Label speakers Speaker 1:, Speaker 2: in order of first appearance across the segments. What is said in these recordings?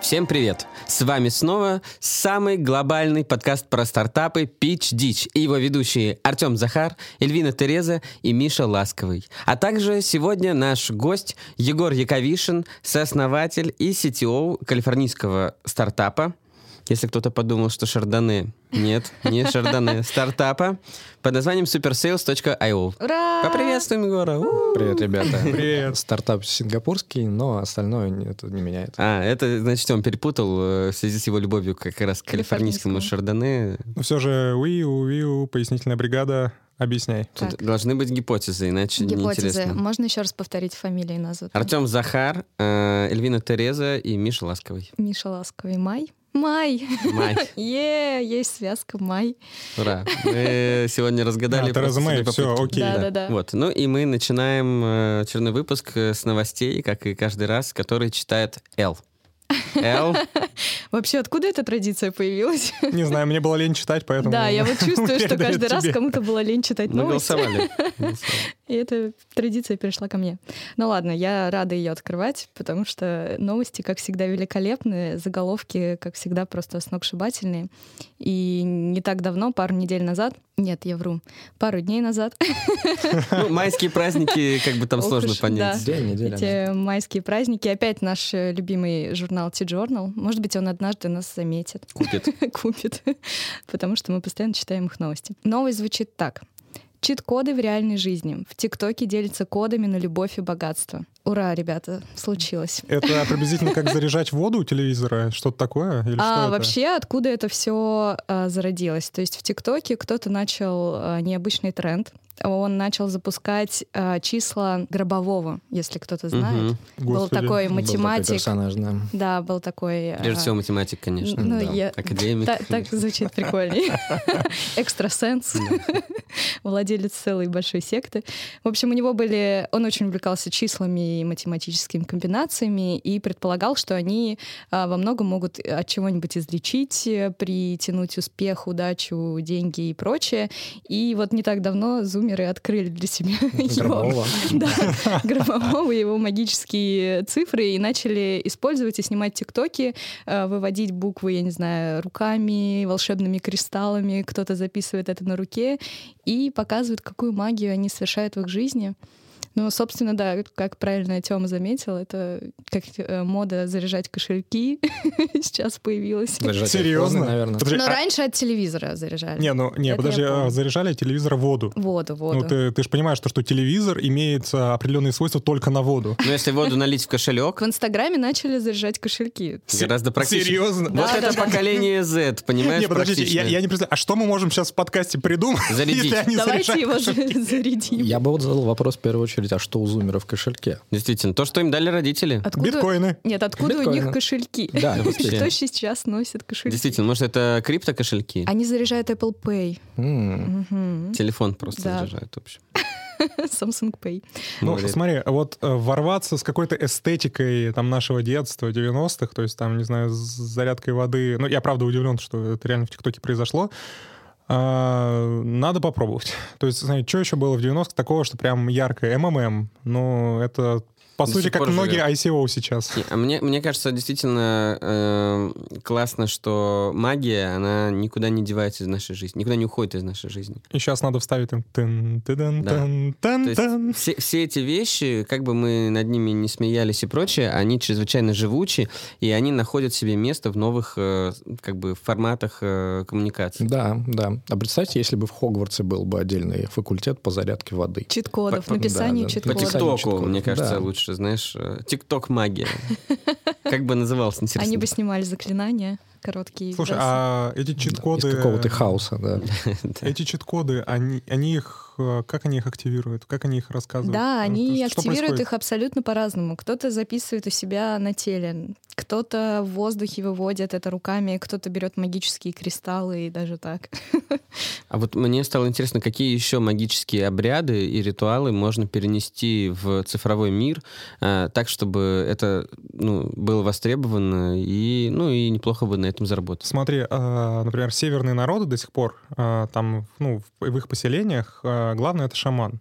Speaker 1: Всем привет! С вами снова самый глобальный подкаст про стартапы «Пич Дич» и его ведущие Артем Захар, Эльвина Тереза и Миша Ласковый. А также сегодня наш гость Егор Яковишин, сооснователь и CTO калифорнийского стартапа, если кто-то подумал, что шарданы, нет, не шарданы, стартапа под названием supersales.io.
Speaker 2: Ура!
Speaker 1: Поприветствуем Егора! У!
Speaker 3: Привет, ребята. Привет. Стартап сингапурский, но остальное не- это не меняет.
Speaker 1: А, это, значит, он перепутал э, в связи с его любовью как раз к калифорнийскому
Speaker 2: Калифорнийскому.
Speaker 1: шардоне.
Speaker 4: Но все же уиу, уиу, пояснительная бригада, объясняй.
Speaker 1: Тут
Speaker 2: Так.
Speaker 1: должны быть гипотезы, иначе
Speaker 2: Гипотезы.
Speaker 1: неинтересно.
Speaker 2: Можно еще раз повторить фамилии и назвать?
Speaker 1: Артем Захар, э, Эльвина Тереза и Миша Ласковый.
Speaker 2: Миша Ласковый. Май. Май.
Speaker 1: Май,
Speaker 2: Е, есть связка Май.
Speaker 1: ура. Мы сегодня разгадали.
Speaker 4: Да, Тереза
Speaker 1: просто
Speaker 4: Мэй,
Speaker 1: судя по
Speaker 4: всё,
Speaker 1: пытке.
Speaker 4: окей.
Speaker 2: Да-да-да.
Speaker 1: Вот, ну и мы начинаем э, очередной выпуск э, с новостей, как и каждый раз, который читает Л. Л,
Speaker 2: Вообще, откуда эта традиция появилась?
Speaker 4: Не знаю, мне было лень читать, поэтому...
Speaker 2: Да, я вот чувствую, что
Speaker 4: передаю
Speaker 2: каждый раз
Speaker 4: тебе.
Speaker 2: кому-то была лень читать
Speaker 1: мы
Speaker 2: новости.
Speaker 1: голосовали.
Speaker 2: И эта традиция перешла ко мне. Ну ладно, я рада ее открывать, потому что новости, как всегда, великолепны, заголовки, как всегда, просто сногсшибательные. И не так давно, пару недель назад, нет, я вру, пару дней назад,
Speaker 1: Ну, майские праздники, как бы там
Speaker 2: Ох
Speaker 1: сложно
Speaker 2: уж,
Speaker 1: понять.
Speaker 3: День, неделя.
Speaker 2: эти майские праздники, опять наш э, любимый журнал T-Journal, может быть, он однажды нас заметит.
Speaker 1: Купит.
Speaker 2: купит, потому что мы постоянно читаем их новости. Новость звучит так. Чит-коды в реальной жизни. В ТикТоке делятся кодами на любовь и богатство. Ура, ребята, случилось.
Speaker 4: Это приблизительно как заряжать воду у телевизора, что-то такое? Или что
Speaker 2: а
Speaker 4: это?
Speaker 2: вообще, откуда это все зародилось? То есть в ТикТоке кто-то начал а, необычный тренд. Он начал запускать а, числа гробового, если кто-то знает.
Speaker 1: Мгм.
Speaker 2: Был
Speaker 4: Господи.
Speaker 2: такой
Speaker 3: Был такой
Speaker 2: математик.
Speaker 3: персонаж, да.
Speaker 2: Да, был такой. а,
Speaker 1: Прежде всего математик, конечно.
Speaker 2: Ну,
Speaker 1: да.
Speaker 2: я-
Speaker 1: Академик.
Speaker 2: Та- Так звучит прикольней. Экстрасенс. Владелец целой большой секты. В общем, у него были... Он очень увлекался числами и математическими комбинациями и предполагал, что они а, во многом могут от чего-нибудь излечить, э, притянуть успех, удачу, деньги и прочее. И вот не так давно зумеры открыли для себя его
Speaker 3: Громова.
Speaker 2: да, Громового и его магические цифры, и начали использовать и снимать тиктоки, э, выводить буквы, я не знаю, руками, волшебными кристаллами, кто-то записывает это на руке и показывает, какую магию они совершают в их жизни. Ну, собственно, да, как правильно Тёма заметил, это как э, мода заряжать кошельки сейчас появилась.
Speaker 3: Заряжать
Speaker 4: Серьезно?
Speaker 3: айфоны, наверное.
Speaker 4: Подожди,
Speaker 2: Но
Speaker 4: а-
Speaker 2: раньше от телевизора заряжали.
Speaker 4: Не, ну, не,
Speaker 2: Это
Speaker 4: подожди,
Speaker 2: я
Speaker 4: а,
Speaker 2: помню.
Speaker 4: заряжали телевизор воду.
Speaker 2: Воду, воду.
Speaker 4: Ну, ты, ты же понимаешь, то, что телевизор имеет а, определенные свойства только на воду.
Speaker 1: Ну, если воду налить в кошелек,
Speaker 2: В Инстаграме начали заряжать кошельки.
Speaker 1: гораздо практичнее.
Speaker 4: Серьезно?
Speaker 1: Вот
Speaker 2: Да,
Speaker 1: это
Speaker 2: да, да.
Speaker 1: поколение Z, понимаешь,
Speaker 4: Не, подождите, я,
Speaker 1: практичное.
Speaker 4: я не представляю, а что мы можем сейчас в подкасте придумать,
Speaker 1: Зарядить.
Speaker 4: если они
Speaker 2: Давайте
Speaker 4: заряжают?
Speaker 2: его за- зарядим.
Speaker 3: Я бы вот задал вопрос в первую очередь, а что у зумера в кошельке?
Speaker 1: Действительно, то, что им дали родители.
Speaker 2: Откуда...
Speaker 4: Биткоины.
Speaker 2: Нет, откуда у
Speaker 3: Биткоины.
Speaker 2: них кошельки?
Speaker 3: Да,
Speaker 1: вообще.
Speaker 2: Что сейчас носят кошельки?
Speaker 1: Действительно, может, это криптокошельки?
Speaker 2: Они заряжают Apple Pay,
Speaker 3: М,
Speaker 2: Мгм.
Speaker 1: Телефон просто
Speaker 2: Да.
Speaker 1: заряжают, в общем.
Speaker 2: Samsung Pay.
Speaker 4: Ну,
Speaker 1: Говорит.
Speaker 4: смотри, вот э, ворваться с какой-то эстетикой там нашего детства, 90-х, то есть там, не знаю, с зарядкой воды. Ну, я правда удивлен, что это реально в ТикТоке произошло. А, надо попробовать. То есть, знаете, что еще было в 90-х такого, что прям яркое МММ? Ну, это, по
Speaker 1: До
Speaker 4: сути,
Speaker 1: сих
Speaker 4: как
Speaker 1: пор
Speaker 4: многие
Speaker 1: живет.
Speaker 4: ICO сейчас.
Speaker 1: Не, а Мне, мне кажется, действительно э, классно, что магия, она никуда не девается из нашей жизни, никуда не уходит из нашей жизни.
Speaker 4: И сейчас надо вставить там... тын, тыдын,
Speaker 1: Да.
Speaker 4: тын,
Speaker 1: То
Speaker 4: тын,
Speaker 1: есть
Speaker 4: тын.
Speaker 1: Все, все эти вещи, как бы мы над ними не смеялись и прочее, они чрезвычайно живучи, и они находят себе место в новых э, как бы форматах э, коммуникации.
Speaker 3: Да, да. А представьте, если бы в Хогвартсе был бы отдельный факультет по зарядке воды.
Speaker 2: Чит-кодов,
Speaker 1: По-
Speaker 2: написание
Speaker 3: да, да.
Speaker 1: По
Speaker 3: Вот.
Speaker 2: чит-кодов.
Speaker 3: TikTok.
Speaker 1: ТикТоку, мне кажется,
Speaker 3: Да.
Speaker 1: лучше, знаешь, э, ТикТок-магия. Как бы назывался, интересно.
Speaker 2: Они бы снимали заклинания короткие.
Speaker 4: Слушай,
Speaker 2: версии.
Speaker 4: а эти чит-коды...
Speaker 3: Из какого-то хаоса, да.
Speaker 1: Да.
Speaker 4: Эти чит-коды, они, они их э, как они их активируют, как они их рассказывают?
Speaker 2: Да,
Speaker 4: Ну, то
Speaker 2: они
Speaker 4: есть что
Speaker 2: активируют
Speaker 4: происходит?
Speaker 2: их абсолютно по-разному. Кто-то записывает у себя на теле, кто-то в воздухе выводит это руками, кто-то берет магические кристаллы и даже так.
Speaker 1: А вот мне стало интересно, какие еще магические обряды и ритуалы можно перенести в цифровой мир, а, так чтобы это ну, было востребовано и ну и неплохо бы на этом заработать.
Speaker 4: Смотри, а, например, северные народы до сих пор, а, там, ну, в в их поселениях, а, главное — это шаман.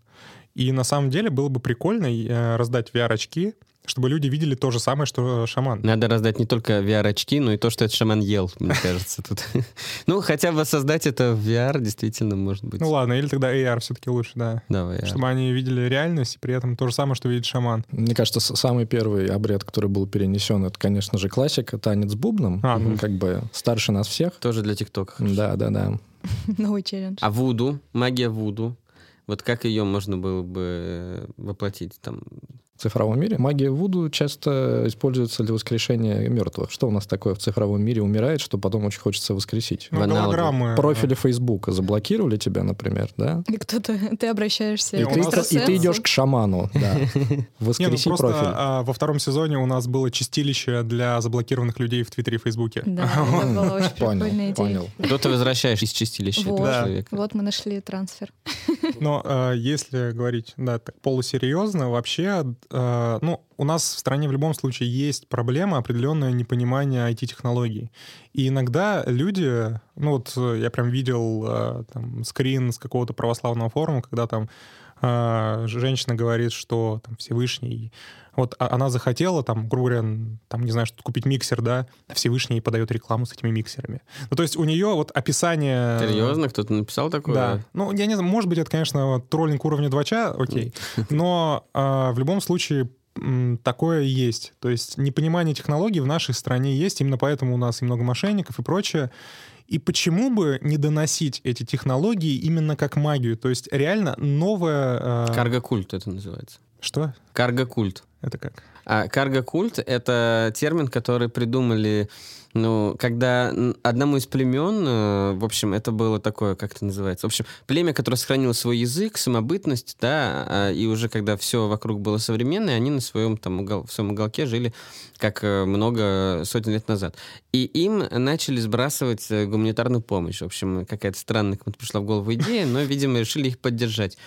Speaker 4: И на самом деле было бы прикольно э, раздать VR-очки, чтобы люди видели то же самое, что э, шаман.
Speaker 1: Надо раздать не только VR-очки, но и то, что этот шаман ел, мне кажется. тут. Ну, хотя бы создать это в VR действительно может быть.
Speaker 4: Ну ладно, или тогда AR все-таки лучше, да.
Speaker 1: Давай. а.
Speaker 4: Чтобы они видели реальность, и при этом то же самое, что видит шаман.
Speaker 3: Мне кажется, с- самый первый обряд, который был перенесен, это, конечно же, классика, танец с бубном.
Speaker 4: А, ну.
Speaker 3: Как бы старше нас всех.
Speaker 1: Тоже для ТикТока. хорошо.
Speaker 3: Да, да, да.
Speaker 2: Новый челлендж.
Speaker 1: А Вуду, магия Вуду, вот как ее можно было бы э, воплотить там?
Speaker 3: В цифровом мире магия Вуду часто используется для воскрешения мертвых. Что у нас такое в цифровом мире умирает, что потом очень хочется воскресить?
Speaker 1: В
Speaker 4: Ну,
Speaker 1: аналогах.
Speaker 4: голограммы.
Speaker 3: Профили Фейсбука заблокировали тебя, например, да?
Speaker 2: И кто-то, ты обращаешься
Speaker 3: И
Speaker 4: у
Speaker 2: к
Speaker 3: ты,
Speaker 4: нас-
Speaker 3: и ты идешь к шаману, да.
Speaker 4: Не, ну
Speaker 3: Воскреси
Speaker 4: просто
Speaker 3: профиль.
Speaker 4: а, во втором сезоне у нас было чистилище для заблокированных людей в Твиттере и Фейсбуке.
Speaker 2: Да, это была очень прикольная
Speaker 3: Понял,
Speaker 2: идея.
Speaker 3: понял.
Speaker 1: Кто ты возвращаешь из чистилища этого
Speaker 2: Вот,
Speaker 4: Да.
Speaker 1: человека?
Speaker 2: вот мы нашли трансфер.
Speaker 4: Но э, если говорить, да, так полусерьезно, вообще, э, ну, у нас в стране в любом случае есть проблема определенное непонимание IT-технологий. И иногда люди, ну вот э, я прям видел э, там скрин с какого-то православного форума, когда там э, женщина говорит, что там Всевышний, вот а- она захотела там, грубо говоря, н- там, не знаю, что купить миксер, да, Всевышний подает рекламу с этими миксерами. Ну, то есть у нее вот описание...
Speaker 1: Серьезно, кто-то написал такое?
Speaker 4: Да. Ну, я не знаю, может быть, это, конечно, вот троллинг уровня 2 окей. Но а, в любом случае м, такое есть. То есть непонимание технологий в нашей стране есть, именно поэтому у нас и много мошенников и прочее. И почему бы не доносить эти технологии именно как магию? То есть реально новое... а,
Speaker 1: Карго-культ это называется.
Speaker 4: Что?
Speaker 1: Карго-культ.
Speaker 4: Это как?
Speaker 1: А карго-культ — это термин, который придумали, ну, когда м, одному из племен, э, в общем, это было такое, как это называется, в общем, племя, которое сохранило свой язык, самобытность, да, а, и уже когда все вокруг было современное, они на своем там угол- в своем уголке жили как э, много сотен лет назад. И им начали сбрасывать э, гуманитарную помощь. В общем, какая-то странная кому-то пришла в голову идея, но, видимо, решили их поддержать.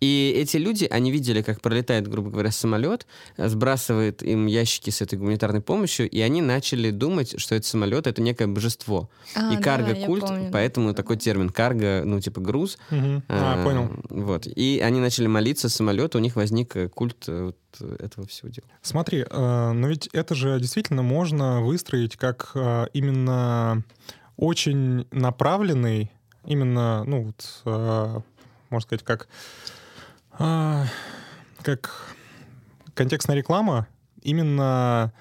Speaker 1: И эти люди, они видели, как пролетает, грубо говоря, самолет, э, сбрасывает им ящики с этой гуманитарной помощью, и они начали думать, что этот самолет — это некое божество.
Speaker 2: А,
Speaker 1: и
Speaker 2: да,
Speaker 1: карго-культ,
Speaker 2: я помню.
Speaker 1: поэтому такой термин карго, ну, типа груз. Э,
Speaker 4: Мгм. А, понял.
Speaker 1: Вот. И они начали молиться самолету, у них возник э, культ э, вот, э, этого всего дела.
Speaker 4: Смотри, э, но ведь это же действительно можно выстроить как э, именно очень направленный, именно, ну, вот, э, можно сказать, как, э, как контекстная реклама, именно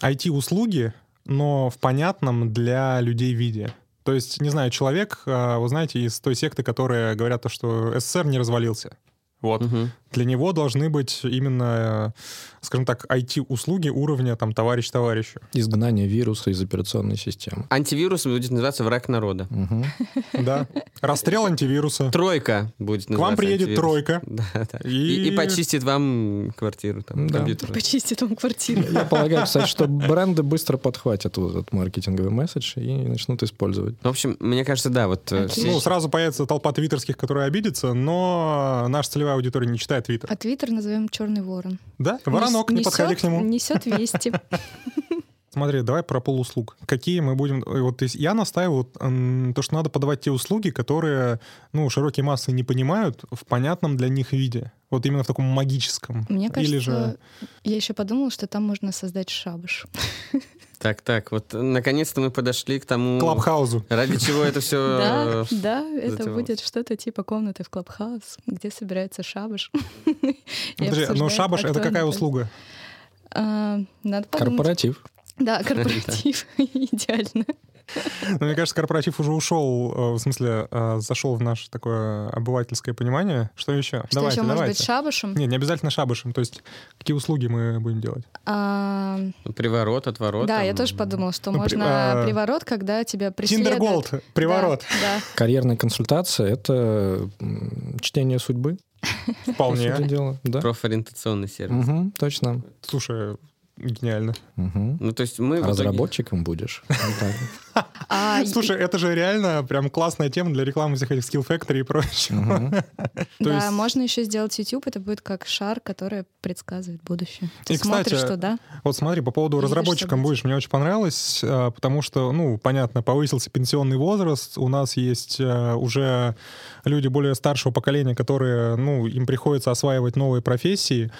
Speaker 4: IT-услуги, но в понятном для людей виде. То есть, не знаю, человек, э, вы знаете, из той секты, которые говорят, то, что СССР не развалился. Вот
Speaker 1: Мгм.
Speaker 4: для него должны быть именно, э, скажем так, IT-услуги уровня там товарищ товарищу.
Speaker 3: Изгнание вируса из операционной системы.
Speaker 1: Антивирусом будет называться враг народа.
Speaker 3: Мгм.
Speaker 4: Да. Расстрел антивируса.
Speaker 1: Тройка будет
Speaker 4: К
Speaker 1: называться.
Speaker 4: вам приедет
Speaker 1: антивирус.
Speaker 4: тройка.
Speaker 1: Да, да. И...
Speaker 4: И-
Speaker 1: и почистит вам квартиру, там,
Speaker 3: Да.
Speaker 1: компьютер.
Speaker 2: Почистит вам квартиру.
Speaker 3: Я полагаю, кстати, что бренды быстро подхватят вот этот маркетинговый месседж и начнут использовать.
Speaker 1: В общем, мне кажется, да, вот... э,
Speaker 2: Окей.
Speaker 4: Ну,
Speaker 1: все-
Speaker 4: сразу появится толпа твиттерских, которые обидятся, но наша целевая аудитория не читает твиттер.
Speaker 2: А твиттер назовем Черный Ворон.
Speaker 4: Да? Воронок, не
Speaker 2: Несет-
Speaker 4: подходи к нему.
Speaker 2: Несет вести.
Speaker 4: Смотри, давай про полуслуг. Какие мы будем... э, Вот то есть я настаиваю м, то, что надо подавать те услуги, которые, ну, широкие массы не понимают в понятном для них виде. Вот именно в таком магическом.
Speaker 2: Мне
Speaker 4: Или же...
Speaker 2: кажется, я еще подумала, что там можно создать шабаш.
Speaker 1: Так, так, вот э, наконец-то мы подошли к тому...
Speaker 4: Клабхаузу.
Speaker 1: Ради чего это все...
Speaker 2: Да, да, это
Speaker 1: затевалось.
Speaker 2: будет что-то типа комнаты в Клабхаус, где собирается шабаш. И
Speaker 4: Ну, подожди, но
Speaker 2: обсуждают
Speaker 4: шабаш это
Speaker 2: актуальные
Speaker 4: какая
Speaker 2: темы.
Speaker 4: услуга?
Speaker 2: А, Надо подумать.
Speaker 3: Корпоратив.
Speaker 2: Да, корпоратив. Идеально.
Speaker 4: Но Ну, мне кажется, корпоратив уже ушел, э, в смысле, э, зашел в наше такое обывательское понимание. Что еще?
Speaker 2: Что
Speaker 4: давайте,
Speaker 2: еще может быть
Speaker 4: давайте.
Speaker 2: шабашем?
Speaker 4: Не, не обязательно шабышем. То есть какие услуги мы будем делать?
Speaker 2: А,
Speaker 1: э, Приворот, отворот.
Speaker 2: да,
Speaker 1: там.
Speaker 2: я тоже подумала, что
Speaker 4: Ну, при-
Speaker 2: можно
Speaker 4: а,
Speaker 2: приворот, когда тебя преследуют.
Speaker 4: Тиндер Голд, приворот.
Speaker 2: Да,
Speaker 3: Карьерная консультация — это м, чтение судьбы, по сути
Speaker 4: Вполне.
Speaker 3: дела. Да.
Speaker 1: Профориентационный сервис.
Speaker 3: Мгм, точно.
Speaker 4: Слушай, гениально.
Speaker 3: Мгм.
Speaker 1: Ну, то есть мы в итоге-
Speaker 3: Разработчиком будешь. Вот так.
Speaker 2: да. А,
Speaker 4: Слушай, это же реально прям классная тема для рекламы всех этих Skill Factory и прочего.
Speaker 3: Мгм.
Speaker 4: То
Speaker 2: да,
Speaker 4: есть-
Speaker 2: можно еще сделать YouTube, это будет как шар, который предсказывает будущее. Ты
Speaker 4: И, кстати,
Speaker 2: смотришь туда.
Speaker 4: Вот смотри, по поводу
Speaker 2: Видишь
Speaker 4: разработчиком
Speaker 2: события.
Speaker 4: будешь, мне очень понравилось, э, потому что, ну, понятно, повысился пенсионный возраст, у нас есть э, уже люди более старшего поколения, которые, ну, им приходится осваивать новые профессии,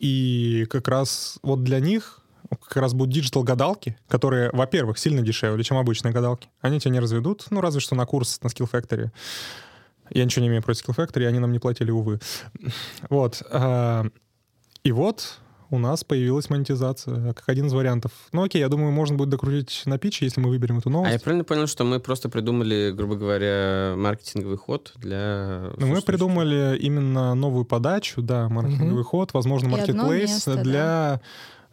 Speaker 4: и как раз вот для них как раз будут диджитал-гадалки, которые, во-первых, сильно дешевле, чем обычные гадалки. Они тебя не разведут, ну, разве что на курс на Skill Factory. Я ничего не имею против Skill Factory, они нам не платили, увы. Вот. э, И вот у нас появилась монетизация, как один из вариантов. Ну окей, я думаю, можно будет докрутить на питче, если мы выберем эту
Speaker 1: А
Speaker 4: новость.
Speaker 1: я правильно понял, что мы просто придумали, грубо говоря, маркетинговый ход для...
Speaker 4: Ну, мы
Speaker 1: слушателей?
Speaker 4: придумали именно новую подачу, да, маркетинговый ход, возможно,
Speaker 2: И одно
Speaker 4: маркетплейс
Speaker 2: место, да.
Speaker 4: для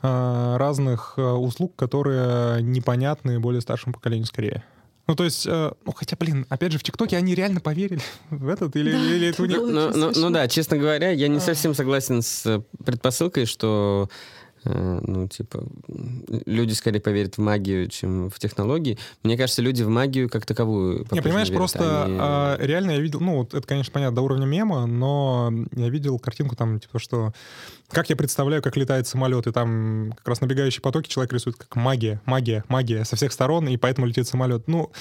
Speaker 4: э, разных э, услуг, которые непонятны более старшему поколению скорее. Ну, то есть, э, ну, хотя, блин, опять же, в ТикТоке они реально поверили в этот или,
Speaker 2: Да,
Speaker 4: или
Speaker 2: это
Speaker 4: этого не-
Speaker 2: было.
Speaker 1: Ну,
Speaker 2: Очень
Speaker 1: ну- ну
Speaker 2: смешно.
Speaker 1: да, честно говоря, я не
Speaker 4: А.
Speaker 1: совсем согласен с э, предпосылкой, что э, ну, типа, м, люди скорее поверят в магию, чем в технологии. Мне кажется, люди в магию как таковую
Speaker 4: Не,
Speaker 1: по-прежнему
Speaker 4: понимаешь,
Speaker 1: верят,
Speaker 4: просто
Speaker 1: они-
Speaker 4: а, реально я видел, ну, вот это, конечно, понятно, до уровня мема, но я видел картинку там, типа, что как я представляю, как летает самолет, и там как раз набегающие потоки человек рисует как магия, магия, магия со всех сторон, и поэтому летит самолет. Ну,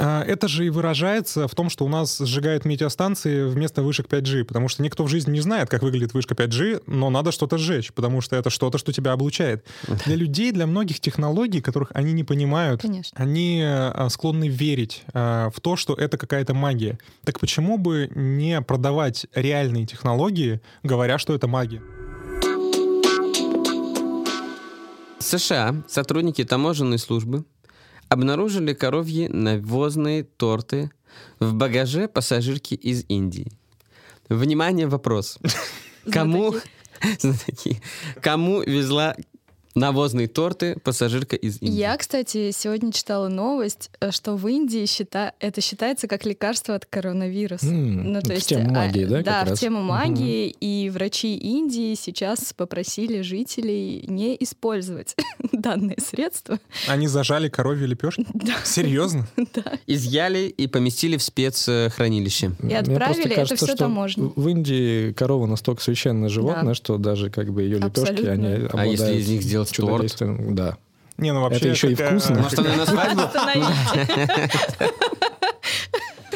Speaker 4: а, это же и выражается в том, что у нас сжигают метеостанции вместо вышек 5G, потому что никто в жизни не знает, как выглядит вышка 5G, но надо что-то сжечь, потому что это что-то, что тебя облучает. Для людей, для многих технологий, которых они не понимают,
Speaker 2: Конечно.
Speaker 4: они э, склонны верить э, в то, что это какая-то магия. Так почему бы не продавать реальные технологии, говоря, что это магия?
Speaker 1: США сотрудники таможенной службы обнаружили коровьи навозные торты в багаже пассажирки из Индии. Внимание, вопрос. Кому, Знатоки. кому везла навозные торты пассажирка из Индии?
Speaker 2: Я, кстати, сегодня читала новость, э, что в Индии счита... это считается как лекарство от коронавируса.
Speaker 3: М,
Speaker 2: Ну, то
Speaker 3: в
Speaker 2: есть,
Speaker 3: тему
Speaker 2: а,
Speaker 3: магии, да, как
Speaker 2: Да, в
Speaker 3: раз?
Speaker 2: тему
Speaker 3: Мгм.
Speaker 2: магии. И врачи Индии сейчас попросили жителей не использовать данное средство.
Speaker 4: Они зажали коровьи лепешки?
Speaker 2: Да,
Speaker 4: Серьезно?
Speaker 2: да.
Speaker 1: Изъяли и поместили в спецхранилище.
Speaker 2: И
Speaker 3: Мне
Speaker 2: отправили,
Speaker 3: просто
Speaker 2: это
Speaker 3: кажется,
Speaker 2: всё
Speaker 3: что
Speaker 2: таможня.
Speaker 3: В Индии корова настолько священное животное, что даже как бы ее лепешки,
Speaker 2: Абсолютно.
Speaker 3: они
Speaker 2: А
Speaker 1: А если
Speaker 3: обладают
Speaker 1: из них сделать торт?
Speaker 3: чудодейственным- Да.
Speaker 4: Не, ну вообще...
Speaker 3: Это еще и
Speaker 4: как, э,
Speaker 3: вкусно.
Speaker 1: Может, она на свадьбу?
Speaker 2: Остановите.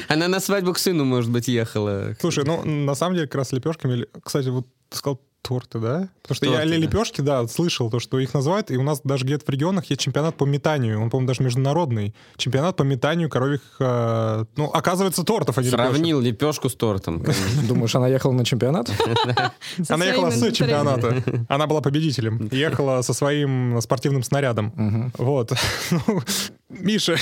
Speaker 1: Она на свадьбу к сыну, может быть, ехала.
Speaker 4: Слушай, ну на самом деле как раз лепешками... ли- Кстати, вот ты сказал торты, да? Потому что я
Speaker 1: Торты, да.
Speaker 4: лепешки, да, слышал то, что их называют, и у нас даже где-то в регионах есть чемпионат по метанию, он, по-моему, даже международный. Чемпионат по метанию коровьих... э, ну, оказывается, тортов, а не лепешек.
Speaker 1: Сравнил лепешку с тортом.
Speaker 3: Думаешь, она ехала на чемпионат?
Speaker 2: Со
Speaker 4: Она ехала
Speaker 2: своими
Speaker 4: с чемпионата. Она была победителем. Ехала со своим спортивным снарядом.
Speaker 3: Мгм.
Speaker 4: Вот. Ну, Миша,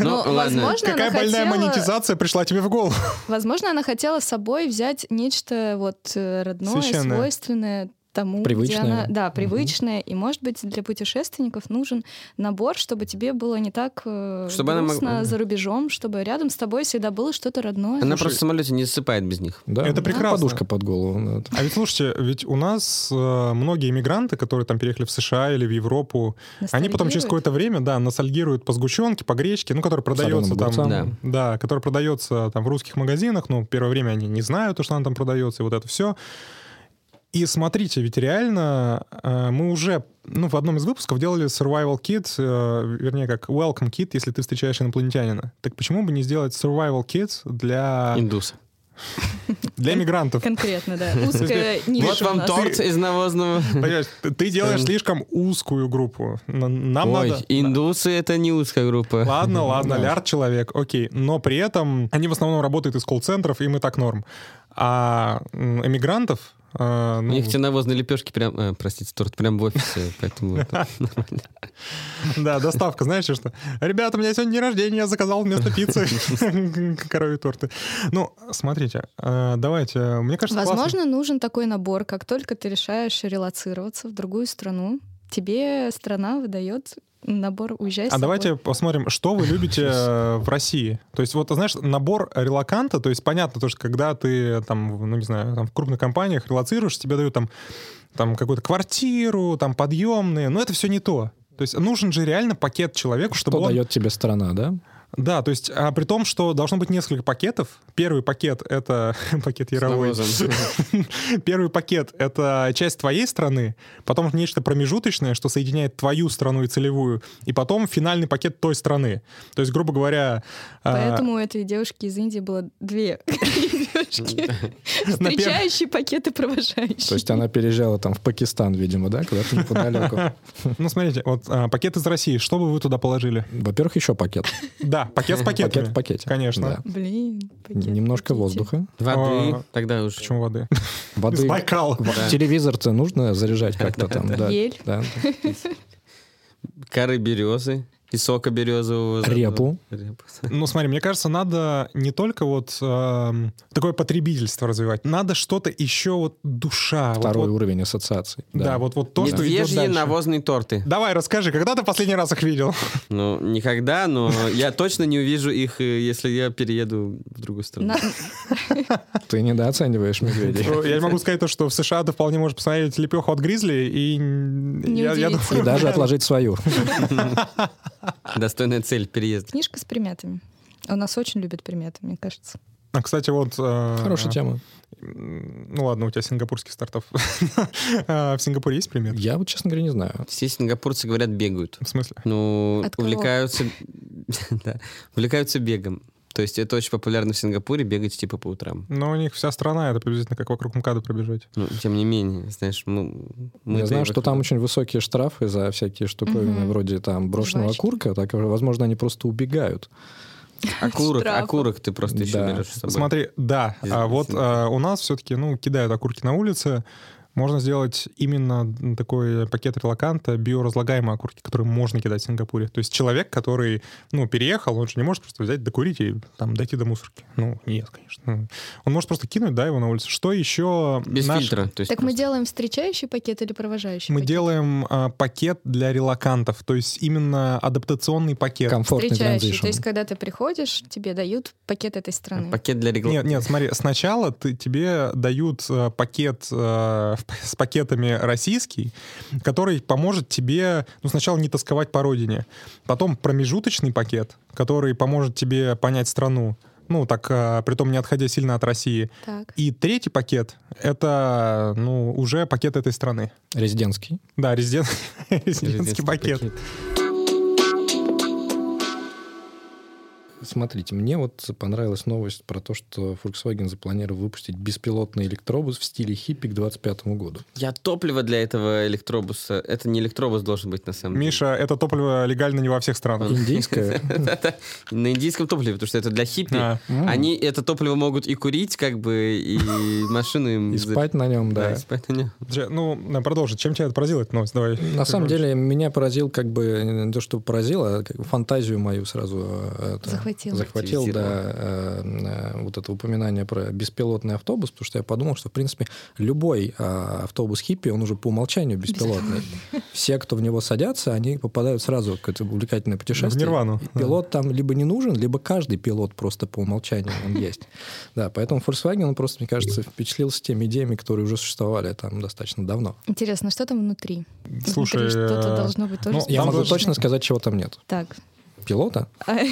Speaker 1: Ну,
Speaker 2: Ну,
Speaker 1: ладно.
Speaker 2: возможно,
Speaker 4: какая
Speaker 2: она
Speaker 4: больная
Speaker 2: хотела-
Speaker 4: монетизация пришла тебе в голову?
Speaker 2: Возможно, она хотела с собой взять нечто вот э, родное,
Speaker 4: Священное.
Speaker 2: свойственное тому,
Speaker 3: Привычное.
Speaker 2: где она... Да,
Speaker 3: Мгм.
Speaker 2: привычное. И, может быть, для путешественников нужен набор, чтобы тебе было не так э,
Speaker 1: Чтобы она
Speaker 2: грустно
Speaker 1: могла-
Speaker 2: за рубежом, чтобы рядом с тобой всегда было что-то родное.
Speaker 1: Она просто в самолете не засыпает без них.
Speaker 3: Да. Ну,
Speaker 4: Это прекрасно.
Speaker 3: Подушка под голову. ну, это-
Speaker 4: А ведь слушайте, ведь у нас э, многие иммигранты, которые там переехали в США или в Европу, они потом
Speaker 2: Ностальгирует.
Speaker 4: через какое-то время, да, ностальгируют по сгущенке, по гречке, ну, который продается
Speaker 3: Соленым
Speaker 4: там,
Speaker 1: огурцам.
Speaker 4: да. который продается там в русских магазинах, ну, первое время они не знают, то, что она там продается, и вот это все. И смотрите, ведь реально э, мы уже, ну, в одном из выпусков делали survival kit, э, вернее, как welcome kit, если ты встречаешь инопланетянина. Так почему бы не сделать survival kit для,
Speaker 1: Индус.
Speaker 4: для мигрантов?
Speaker 2: Конкретно, да. Узкая ниша
Speaker 1: Вот
Speaker 2: у
Speaker 1: вам
Speaker 2: нас.
Speaker 1: торт из навозного.
Speaker 4: Понимаешь, ты- ты делаешь
Speaker 1: Эм.
Speaker 4: слишком узкую группу. Н- Нам
Speaker 1: Ой,
Speaker 4: надо...
Speaker 1: индусы это не узкая группа.
Speaker 4: Ладно, ладно,
Speaker 3: Да.
Speaker 4: лярд человек, окей. Но при этом они в основном работают из колл-центров, им и так норм. А м, эмигрантов, А,
Speaker 1: У
Speaker 4: ну,
Speaker 1: них навозные лепешки прям, э, простите, торт прям в офисе, поэтому это нормально.
Speaker 4: Да, доставка, знаешь что? Ребята, у меня сегодня день рождения, я заказал вместо пиццы коровьи торты. Ну, смотрите, э, давайте, э, мне кажется, классно.
Speaker 2: Возможно, нужен такой набор, как только ты решаешь релацироваться в другую страну, тебе страна выдает набор «Уезжай с собой».
Speaker 4: А давайте посмотрим, что вы любите э, в России. То есть, вот, знаешь, набор релаканта, то есть, понятно, то, что когда ты, там, ну, не знаю, там, в крупных компаниях релацируешь, тебе дают там, там какую-то квартиру, там, подъемные, но это все не то. То есть нужен же реально пакет человеку, чтобы
Speaker 3: Что
Speaker 4: он...
Speaker 3: дает тебе страна, да?
Speaker 4: Да, то есть, а при том, что должно быть несколько пакетов. Первый пакет — это пакет яровой.
Speaker 1: навозом.
Speaker 4: Первый пакет — это часть твоей страны, потом нечто промежуточное, что соединяет твою страну и целевую, и потом финальный пакет той страны. То есть, грубо говоря... а,
Speaker 2: Поэтому у этой девушки из Индии было две девушки,
Speaker 4: на пер-
Speaker 2: встречающие пакеты провожающие.
Speaker 3: То есть она переезжала там в Пакистан, видимо, да, куда-то неподалеку.
Speaker 4: Ну, смотрите, вот а, пакет из России, что бы вы туда положили?
Speaker 3: Во-первых, еще пакет.
Speaker 4: Да, пакет с пакетами.
Speaker 3: Пакет в пакете.
Speaker 4: Конечно.
Speaker 3: Да.
Speaker 2: Блин, пакеты,
Speaker 3: Немножко
Speaker 2: пакеты.
Speaker 3: воздуха.
Speaker 1: Воды
Speaker 4: А,
Speaker 1: тогда уже.
Speaker 4: Почему воды? Из
Speaker 3: Воды.
Speaker 4: Байкала.
Speaker 3: В- Телевизор-то нужно заряжать как-то там. да.
Speaker 2: Ель.
Speaker 3: Да.
Speaker 1: Коры березы и сока березового. заодно.
Speaker 3: Репу.
Speaker 1: Репу.
Speaker 4: Ну, смотри, мне кажется, надо не только вот эм, такое потребительство развивать, надо что-то еще вот душа. вот-
Speaker 3: Второй
Speaker 4: вот-
Speaker 3: уровень ассоциаций.
Speaker 4: да, вот, вот то, что идет
Speaker 1: Медвежьи
Speaker 4: дальше.
Speaker 1: навозные торты.
Speaker 4: Давай, расскажи, когда ты последний раз их видел?
Speaker 1: Ну, никогда, но я точно не увижу их, э, если я перееду в другую страну.
Speaker 2: На-
Speaker 3: Ты недооцениваешь медведей.
Speaker 4: Ну, Я могу сказать то, что в США ты вполне можешь посмотреть лепеху от гризли и...
Speaker 2: Не
Speaker 4: я- я
Speaker 2: удивиться.
Speaker 3: И
Speaker 4: думаю,
Speaker 3: даже отложить свою.
Speaker 1: Достойная цель переезд.
Speaker 2: Книжка с приметами. Он нас очень любит приметы, мне кажется.
Speaker 4: А, Кстати, вот... э,
Speaker 3: Хорошая тема.
Speaker 4: м, Ну ладно, у тебя сингапурский стартап. А В Сингапуре есть пример?
Speaker 3: Я вот, честно говоря, не знаю.
Speaker 1: Все сингапурцы говорят бегают.
Speaker 4: В смысле?
Speaker 1: Ну,
Speaker 2: От кого?
Speaker 1: увлекаются, да, увлекаются бегом. То есть это очень популярно в Сингапуре бегать типа по утрам.
Speaker 4: Но Ну, у них вся страна, это приблизительно как вокруг МКАДа пробежать.
Speaker 1: Ну, тем не менее, знаешь, ну, мы...
Speaker 3: Я знаю, что там очень высокие штрафы за всякие штуковины,
Speaker 2: Мгм.
Speaker 3: вроде там брошенного
Speaker 2: Жвачки.
Speaker 3: окурка. Так, возможно, они просто убегают.
Speaker 1: Окурок,
Speaker 2: штрафов.
Speaker 1: окурок ты просто еще
Speaker 3: Да.
Speaker 1: берешь с собой.
Speaker 4: Смотри, да,
Speaker 1: Из-
Speaker 4: а вот
Speaker 1: из-
Speaker 4: а, у нас все-таки, ну, кидают окурки на улице. Можно сделать именно такой пакет релаканта, биоразлагаемые окурки, которые можно кидать в Сингапуре. То есть человек, который, ну, переехал, он же не может просто взять, докурить и там дойти до мусорки. Ну, нет, конечно. Он может просто кинуть, да, его на улицу. Что еще?
Speaker 1: Без
Speaker 4: наш-
Speaker 1: фильтра. То есть
Speaker 2: Так мы
Speaker 1: просто.
Speaker 2: делаем встречающий пакет или провожающий
Speaker 4: Мы
Speaker 2: пакет?
Speaker 4: делаем а, пакет для релакантов, то есть именно адаптационный пакет.
Speaker 3: Комфортный
Speaker 2: Встречающий. То
Speaker 3: транзишн.
Speaker 2: есть, когда ты приходишь, тебе дают пакет этой страны.
Speaker 1: Пакет для регламента.
Speaker 4: Нет, нет, смотри, сначала ты, тебе дают э, пакет э, с пакетами российский, который поможет тебе, ну, сначала не тосковать по родине. Потом промежуточный пакет, который поможет тебе понять страну. Ну, так, э, притом не отходя сильно от России.
Speaker 2: Так.
Speaker 4: И третий пакет — это, ну, уже пакет этой страны.
Speaker 3: Резидентский.
Speaker 4: Да, резидент- резидентский пакет.
Speaker 3: Смотрите, мне вот понравилась новость про то, что Volkswagen запланировал выпустить беспилотный электробус в стиле хиппи к 2025 году.
Speaker 1: Я топливо для этого электробуса. Это не электробус должен быть, на самом деле.
Speaker 4: Миша, это топливо легально не во всех странах.
Speaker 3: Индийское.
Speaker 1: Да-да. На индийском топливе, потому что это для хиппи.
Speaker 4: А.
Speaker 1: Они это топливо могут и курить, как бы, и машину им...
Speaker 3: И
Speaker 1: за-
Speaker 3: спать на нем,
Speaker 1: Да, и
Speaker 3: да.
Speaker 1: спать на нём.
Speaker 4: Подожди, Ну, продолжи. Чем тебя это поразило, эта новость? Давай.
Speaker 3: На самом деле меня поразил как бы не то, что поразило, а как бы фантазию мою сразу э, это,
Speaker 2: Захватил.
Speaker 3: захватил да,
Speaker 1: Активизировал.
Speaker 3: э, э, вот это упоминание про беспилотный автобус, потому что я подумал, что в принципе любой э, автобус хиппи, он уже по умолчанию беспилотный. Все, кто в него садятся, они попадают сразу в какое-то увлекательное путешествие.
Speaker 4: нирвану,
Speaker 3: И
Speaker 4: да.
Speaker 3: пилот там либо не нужен, либо каждый пилот просто по умолчанию он есть. Да, поэтому Volkswagen, он просто, мне кажется, впечатлился теми идеями, которые уже существовали там достаточно давно.
Speaker 2: Интересно, что там внутри?
Speaker 4: Слушай,
Speaker 2: внутри что-то
Speaker 4: э,
Speaker 2: должно быть тоже.
Speaker 4: ну,
Speaker 3: Я
Speaker 4: Там
Speaker 3: могу
Speaker 4: должны-
Speaker 3: точно сказать, чего там нет.
Speaker 2: Так.
Speaker 3: Пилота?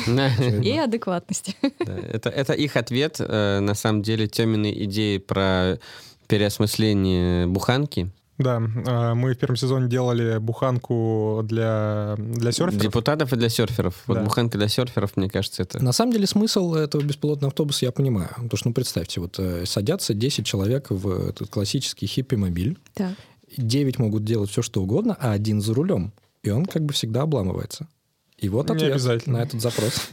Speaker 2: И адекватности.
Speaker 1: Да, Это, это их ответ, э, на самом деле, Теминой идеи про переосмысление буханки.
Speaker 4: Да, э, мы в первом сезоне делали буханку для, для серферов.
Speaker 1: Депутатов и для серферов. Вот
Speaker 4: Да.
Speaker 1: буханка для серферов, мне кажется, это...
Speaker 3: На самом деле смысл этого беспилотного автобуса я понимаю. Потому что, ну, представьте, вот э, садятся 10 человек в этот классический хиппи-мобиль,
Speaker 2: Так.
Speaker 3: 9 могут делать все, что угодно, а один за рулем. И он как бы всегда обламывается. И И вот
Speaker 4: Не
Speaker 3: ответ
Speaker 4: обязательно.
Speaker 3: на этот запрос.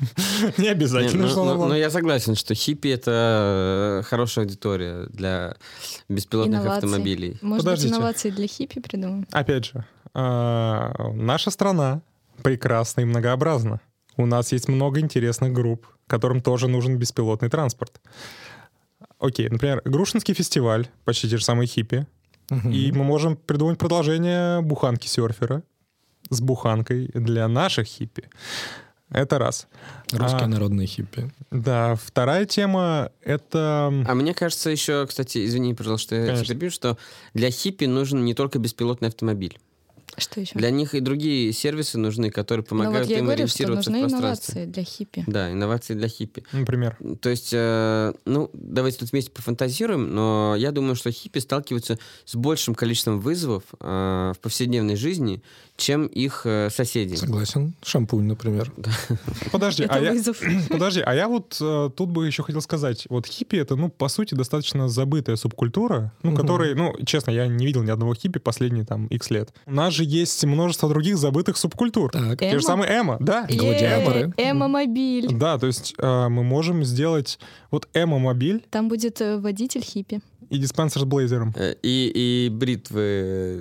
Speaker 4: Не
Speaker 1: Не,
Speaker 4: обязательно,
Speaker 1: ну,
Speaker 4: что
Speaker 1: ну,
Speaker 4: оно
Speaker 1: ну,
Speaker 4: было.
Speaker 1: я согласен, что хиппи это э, хорошая аудитория для беспилотных
Speaker 2: Инновации.
Speaker 1: автомобилей.
Speaker 2: Может
Speaker 4: Подождите.
Speaker 2: быть, инновации для хиппи придумаем?
Speaker 4: Опять же, а, наша страна прекрасна и многообразна. У нас есть много интересных групп, которым тоже нужен беспилотный транспорт. Окей, например, Грушинский фестиваль, почти те же самые хиппи. И мы можем придумать продолжение буханки серфера с буханкой для наших хиппи. Это раз.
Speaker 3: Русские
Speaker 4: А.
Speaker 3: народные хиппи.
Speaker 4: Да, вторая тема — это...
Speaker 1: А мне кажется еще, кстати, извини, пожалуйста, что я тебя
Speaker 4: Конечно.
Speaker 1: перебью, что для хиппи нужен не только беспилотный автомобиль.
Speaker 2: Что еще?
Speaker 1: Для них и другие сервисы нужны, которые
Speaker 2: Ну
Speaker 1: помогают
Speaker 2: вот я и
Speaker 1: им
Speaker 2: говорю, что
Speaker 1: ориентироваться
Speaker 2: нужны
Speaker 1: в пространстве.
Speaker 2: инновации для хиппи.
Speaker 1: Да, инновации для хиппи.
Speaker 4: Например.
Speaker 1: То есть, э, ну, давайте тут вместе пофантазируем, но я думаю, что хиппи сталкиваются с большим количеством вызовов э, в повседневной жизни, чем их э, соседи.
Speaker 3: Согласен. Шампунь, например.
Speaker 4: Подожди, а
Speaker 2: Это
Speaker 4: я...
Speaker 2: вызов.
Speaker 4: Подожди, а я вот э, тут бы еще хотел сказать, вот хиппи это, ну, по сути, достаточно забытая субкультура, ну,
Speaker 3: Мгм.
Speaker 4: которой, ну, честно, я не видел ни одного хиппи последние там X лет. У нас же есть множество других забытых субкультур.
Speaker 3: Так.
Speaker 4: Те же
Speaker 2: Эмо?
Speaker 4: самые эмо, да.
Speaker 3: Гладиаторы.
Speaker 2: Эмо-мобиль.
Speaker 4: Да, то есть э, мы можем сделать вот эмо-мобиль
Speaker 2: Там будет э, водитель хиппи.
Speaker 4: и диспенсер с блейзером.
Speaker 1: Э, И, и бритвы,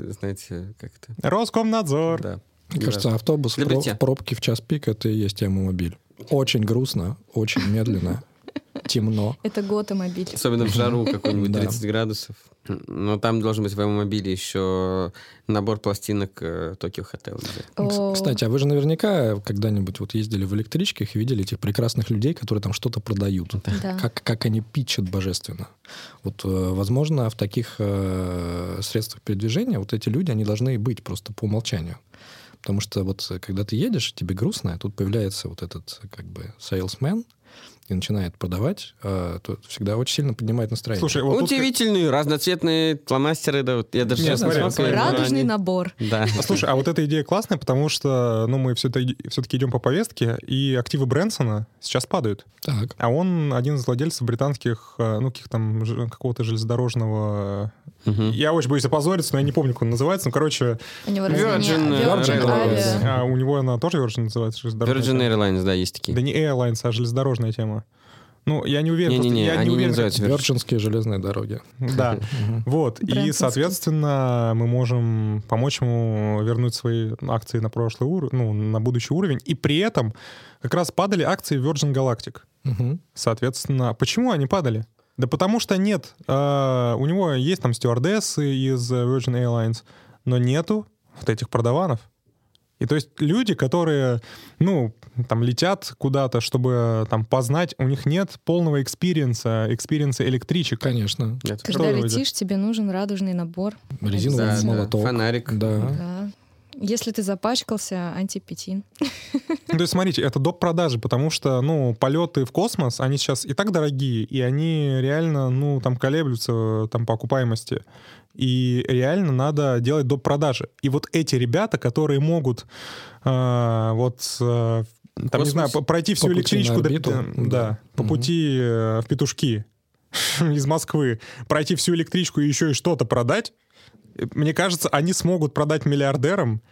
Speaker 1: э, знаете, как это?
Speaker 4: Роскомнадзор.
Speaker 1: Да.
Speaker 3: Мне кажется, автобус в про-
Speaker 1: Любите.
Speaker 3: в пробке в час пик — это и есть тема мобиль. Очень грустно, очень медленно, темно.
Speaker 2: Это Гота-мобиль.
Speaker 1: Особенно в жару какую-нибудь
Speaker 3: Да.
Speaker 1: 30 градусов. Но там должен быть в моем мобиле еще набор пластинок э, Tokyo Hotel. да.
Speaker 3: Ну, кс-
Speaker 2: О.
Speaker 3: Кстати, а вы же наверняка когда-нибудь вот ездили в электричках и видели этих прекрасных людей, которые там что-то продают.
Speaker 2: Да.
Speaker 3: Как, как они пичат божественно. Вот, э, возможно, в таких э, средствах передвижения вот эти люди, они должны быть просто по умолчанию. Потому что вот э, когда ты едешь, тебе грустно, а тут появляется вот этот э, как бы сейлсмен и начинает продавать, э, то это всегда очень сильно поднимает настроение.
Speaker 4: Слушай, вот тут-
Speaker 1: Удивительные разноцветные фломастеры. Да, вот я даже
Speaker 4: Нет,
Speaker 1: сейчас
Speaker 4: смотри,
Speaker 1: посмотрел,
Speaker 4: смотри,
Speaker 1: да,
Speaker 2: Радужный
Speaker 1: они-
Speaker 2: набор.
Speaker 1: Да.
Speaker 4: А Слушай, а вот эта идея классная, потому что ну, мы все-таки, все-таки идем по повестке, и активы Брэнсона сейчас падают.
Speaker 3: Так.
Speaker 4: А он один из владельцев британских, э, ну, каких там, ж- какого-то железнодорожного...
Speaker 1: Мгм.
Speaker 4: Я очень боюсь опозориться, но я не помню, как он называется. Ну, короче,
Speaker 2: У него
Speaker 1: Virgin,
Speaker 2: разные-
Speaker 1: э,
Speaker 2: Virgin
Speaker 1: Railways,
Speaker 2: Avia.
Speaker 4: а у него она тоже Virgin называется, железнодорожная
Speaker 1: Virgin
Speaker 4: тема.
Speaker 1: Airlines, да, есть такие.
Speaker 4: Да не Airlines, а железнодорожная тема. Ну, я не уверен. просто
Speaker 1: Не-не-не,
Speaker 4: я
Speaker 1: они не
Speaker 4: уверен, как-
Speaker 1: называются Virgin.
Speaker 3: Верджинские железные дороги.
Speaker 4: Да, вот. И,
Speaker 2: Брэнсонские.
Speaker 4: соответственно, мы можем помочь ему вернуть свои акции на прошлый уровень, ну, на будущий уровень. И при этом как раз падали акции Virgin Galactic.
Speaker 3: Мгм.
Speaker 4: Соответственно, почему они падали? Да потому что нет. э, у него есть там стюардессы из э, Virgin Airlines, но нету вот этих продаванов. И то есть люди, которые, ну, там летят куда-то, чтобы э, там познать, у них нет полного экспириенса, экспириенса электричек.
Speaker 3: Конечно.
Speaker 1: Нет.
Speaker 4: Что
Speaker 2: Когда
Speaker 4: вы
Speaker 2: летишь, тебе нужен радужный набор.
Speaker 3: Резиновый
Speaker 1: Да, да,
Speaker 3: молоток.
Speaker 1: Фонарик.
Speaker 3: Да.
Speaker 2: Да. Если ты запачкался, антипетин.
Speaker 4: Ну, То есть, смотрите, это доп. продажи, потому что, ну, полеты в космос, они сейчас и так дорогие, и они реально, ну, там колеблются, там, по окупаемости. И реально надо делать доп. продажи. И вот эти ребята, которые могут а, вот, а, там, не
Speaker 1: Космос?
Speaker 4: знаю, по- пройти всю
Speaker 3: пути на
Speaker 4: электричку... до-
Speaker 3: орбиту?
Speaker 4: да,
Speaker 3: Да.
Speaker 4: по
Speaker 3: Мгм.
Speaker 4: пути э, в петушки из Москвы, пройти всю электричку и еще и что-то продать, э, мне кажется, они смогут продать миллиардерам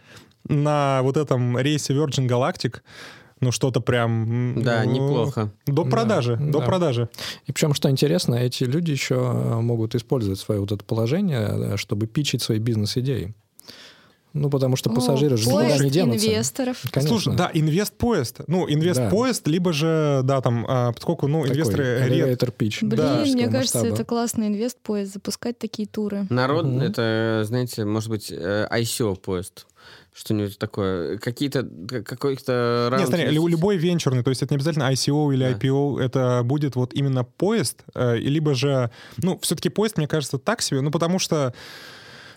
Speaker 4: на вот этом рейсе Virgin Galactic, ну что-то прям... м,
Speaker 1: Да,
Speaker 4: ну,
Speaker 1: неплохо.
Speaker 4: До
Speaker 3: Да,
Speaker 4: продажи, до
Speaker 3: да.
Speaker 4: продажи.
Speaker 3: И причем, что интересно, эти люди еще э, могут использовать свое вот это положение, э, чтобы пичить свои бизнес-идеи. Ну, потому что пассажиры же никуда
Speaker 2: Поезд
Speaker 3: не денутся.
Speaker 2: инвесторов.
Speaker 3: Конечно.
Speaker 4: Слушай, да, инвест-поезд. Ну, инвест-поезд, либо же, да, там, а, поскольку, ну,
Speaker 3: Такой
Speaker 4: инвесторы... ред-
Speaker 3: elevator pitch
Speaker 2: Блин,
Speaker 4: Да,
Speaker 3: всего
Speaker 2: мне кажется,
Speaker 3: масштаба.
Speaker 2: это классный инвест-поезд, запускать такие туры.
Speaker 1: Народ,
Speaker 3: Мгм.
Speaker 1: это, знаете, может быть, э, ICO-поезд. Что-нибудь такое. Какие-то... к- Какой-то раунд...
Speaker 4: Нет, смотри, лю-
Speaker 1: есть.
Speaker 4: любой венчурный, то есть это не обязательно ICO или
Speaker 1: Да.
Speaker 4: IPO, это будет вот именно поезд, э, и либо же, ну, все-таки поезд, мне кажется, так себе, ну, потому что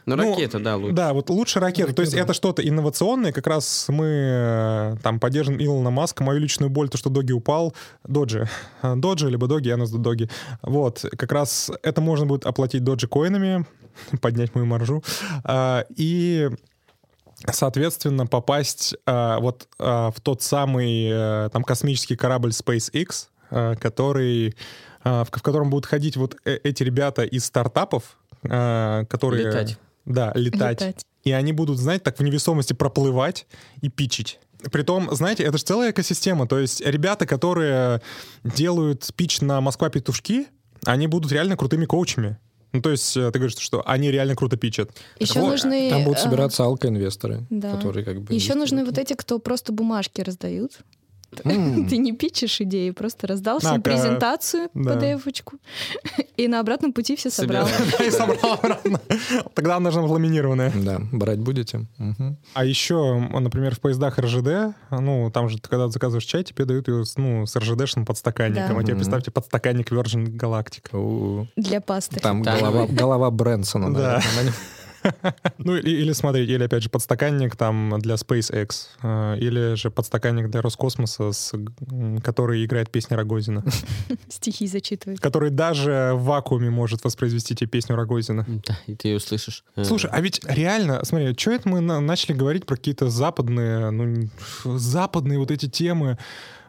Speaker 1: Ну,
Speaker 4: ну,
Speaker 1: ракета, да, лучше.
Speaker 4: Да, вот лучше ракета. То есть это что-то инновационное. Как раз мы э, там поддержим Илона Маска, мою личную боль, то, что Доги упал. Доджи. Э, Доджи, либо Доги, я назвал Доги. Вот, как раз это можно будет оплатить Доджи коинами, поднять мою маржу. А, И соответственно, попасть а, вот а, в тот самый э, там космический корабль SpaceX, э, который, а, в, в котором будут ходить вот э- эти ребята из стартапов, а, которые...
Speaker 1: Летать.
Speaker 4: Да, летать.
Speaker 2: Летать.
Speaker 4: И они будут, знаете, так в невесомости проплывать и пичить. Притом, знаете, это же целая экосистема. То есть ребята, которые делают пич на «Москва-петушки», они будут реально крутыми коучами. Ну, то есть э, ты говоришь, что они реально круто пичат.
Speaker 5: Еще
Speaker 4: Вот.
Speaker 5: нужны...
Speaker 3: Там будут
Speaker 5: э,
Speaker 3: собираться алкоинвесторы,
Speaker 5: да.
Speaker 3: которые как бы...
Speaker 5: Еще нужны вот
Speaker 3: инвестируют.
Speaker 5: эти, кто просто бумажки раздают.
Speaker 3: М.
Speaker 2: Ты не пичешь идеи, просто раздал всем
Speaker 4: Так, а,
Speaker 2: презентацию,
Speaker 4: да.
Speaker 2: PDF-очку, и на обратном пути все собрал.
Speaker 4: И собрал обратно. Тогда она же ламинированная.
Speaker 3: Да, брать будете? Мгм.
Speaker 4: А еще, например, в поездах РЖД, ну, там же, ты когда заказываешь чай, тебе дают его с, ну, с РЖДшным подстаканником.
Speaker 5: Да.
Speaker 4: А тебе,
Speaker 3: Мгм.
Speaker 4: представьте, подстаканник Virgin Galactic.
Speaker 3: У-у.
Speaker 2: Для пасты.
Speaker 3: Там
Speaker 1: Там.
Speaker 3: голова, голова Брэнсона,
Speaker 4: Да.
Speaker 3: наверное, на нем.
Speaker 4: Ну, или, или смотри, или, опять же, подстаканник там для SpaceX, э, или же подстаканник для Роскосмоса, с, м, который играет песни Рогозина,
Speaker 2: Стихи зачитывает.
Speaker 4: который даже в вакууме может воспроизвести тебе песню Рогозина.
Speaker 1: Да, и ты ее слышишь. Э,
Speaker 4: Слушай, а ведь реально, смотри, что это мы на- начали говорить про какие-то западные, ну, н- западные вот эти темы,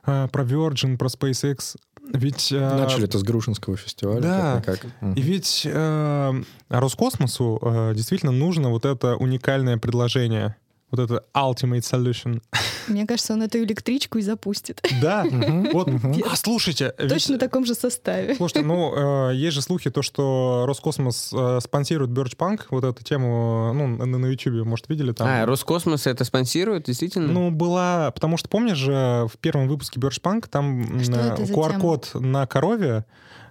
Speaker 4: э, про Virgin, про SpaceX, ведь... э,
Speaker 3: Начали это с Грушинского фестиваля.
Speaker 4: Да.
Speaker 3: как-никак. Мгм.
Speaker 4: И ведь э, Роскосмосу э, действительно нужно вот это уникальное предложение, вот это ultimate solution.
Speaker 2: Мне кажется, он эту электричку и запустит.
Speaker 4: Да,
Speaker 3: Мгм.
Speaker 4: вот. А слушайте, ведь-
Speaker 2: Точно в таком же составе.
Speaker 4: Слушайте, ну, э, есть же слухи, то, что Роскосмос э, спонсирует Birch Punk, вот эту тему, ну, на, на Ютубе, может, видели там?
Speaker 1: А, Роскосмос это спонсирует, действительно?
Speaker 4: Ну, была... Потому что, помнишь же, в первом выпуске Birch Punk там м,
Speaker 5: А Что это за
Speaker 4: QR-код на корове,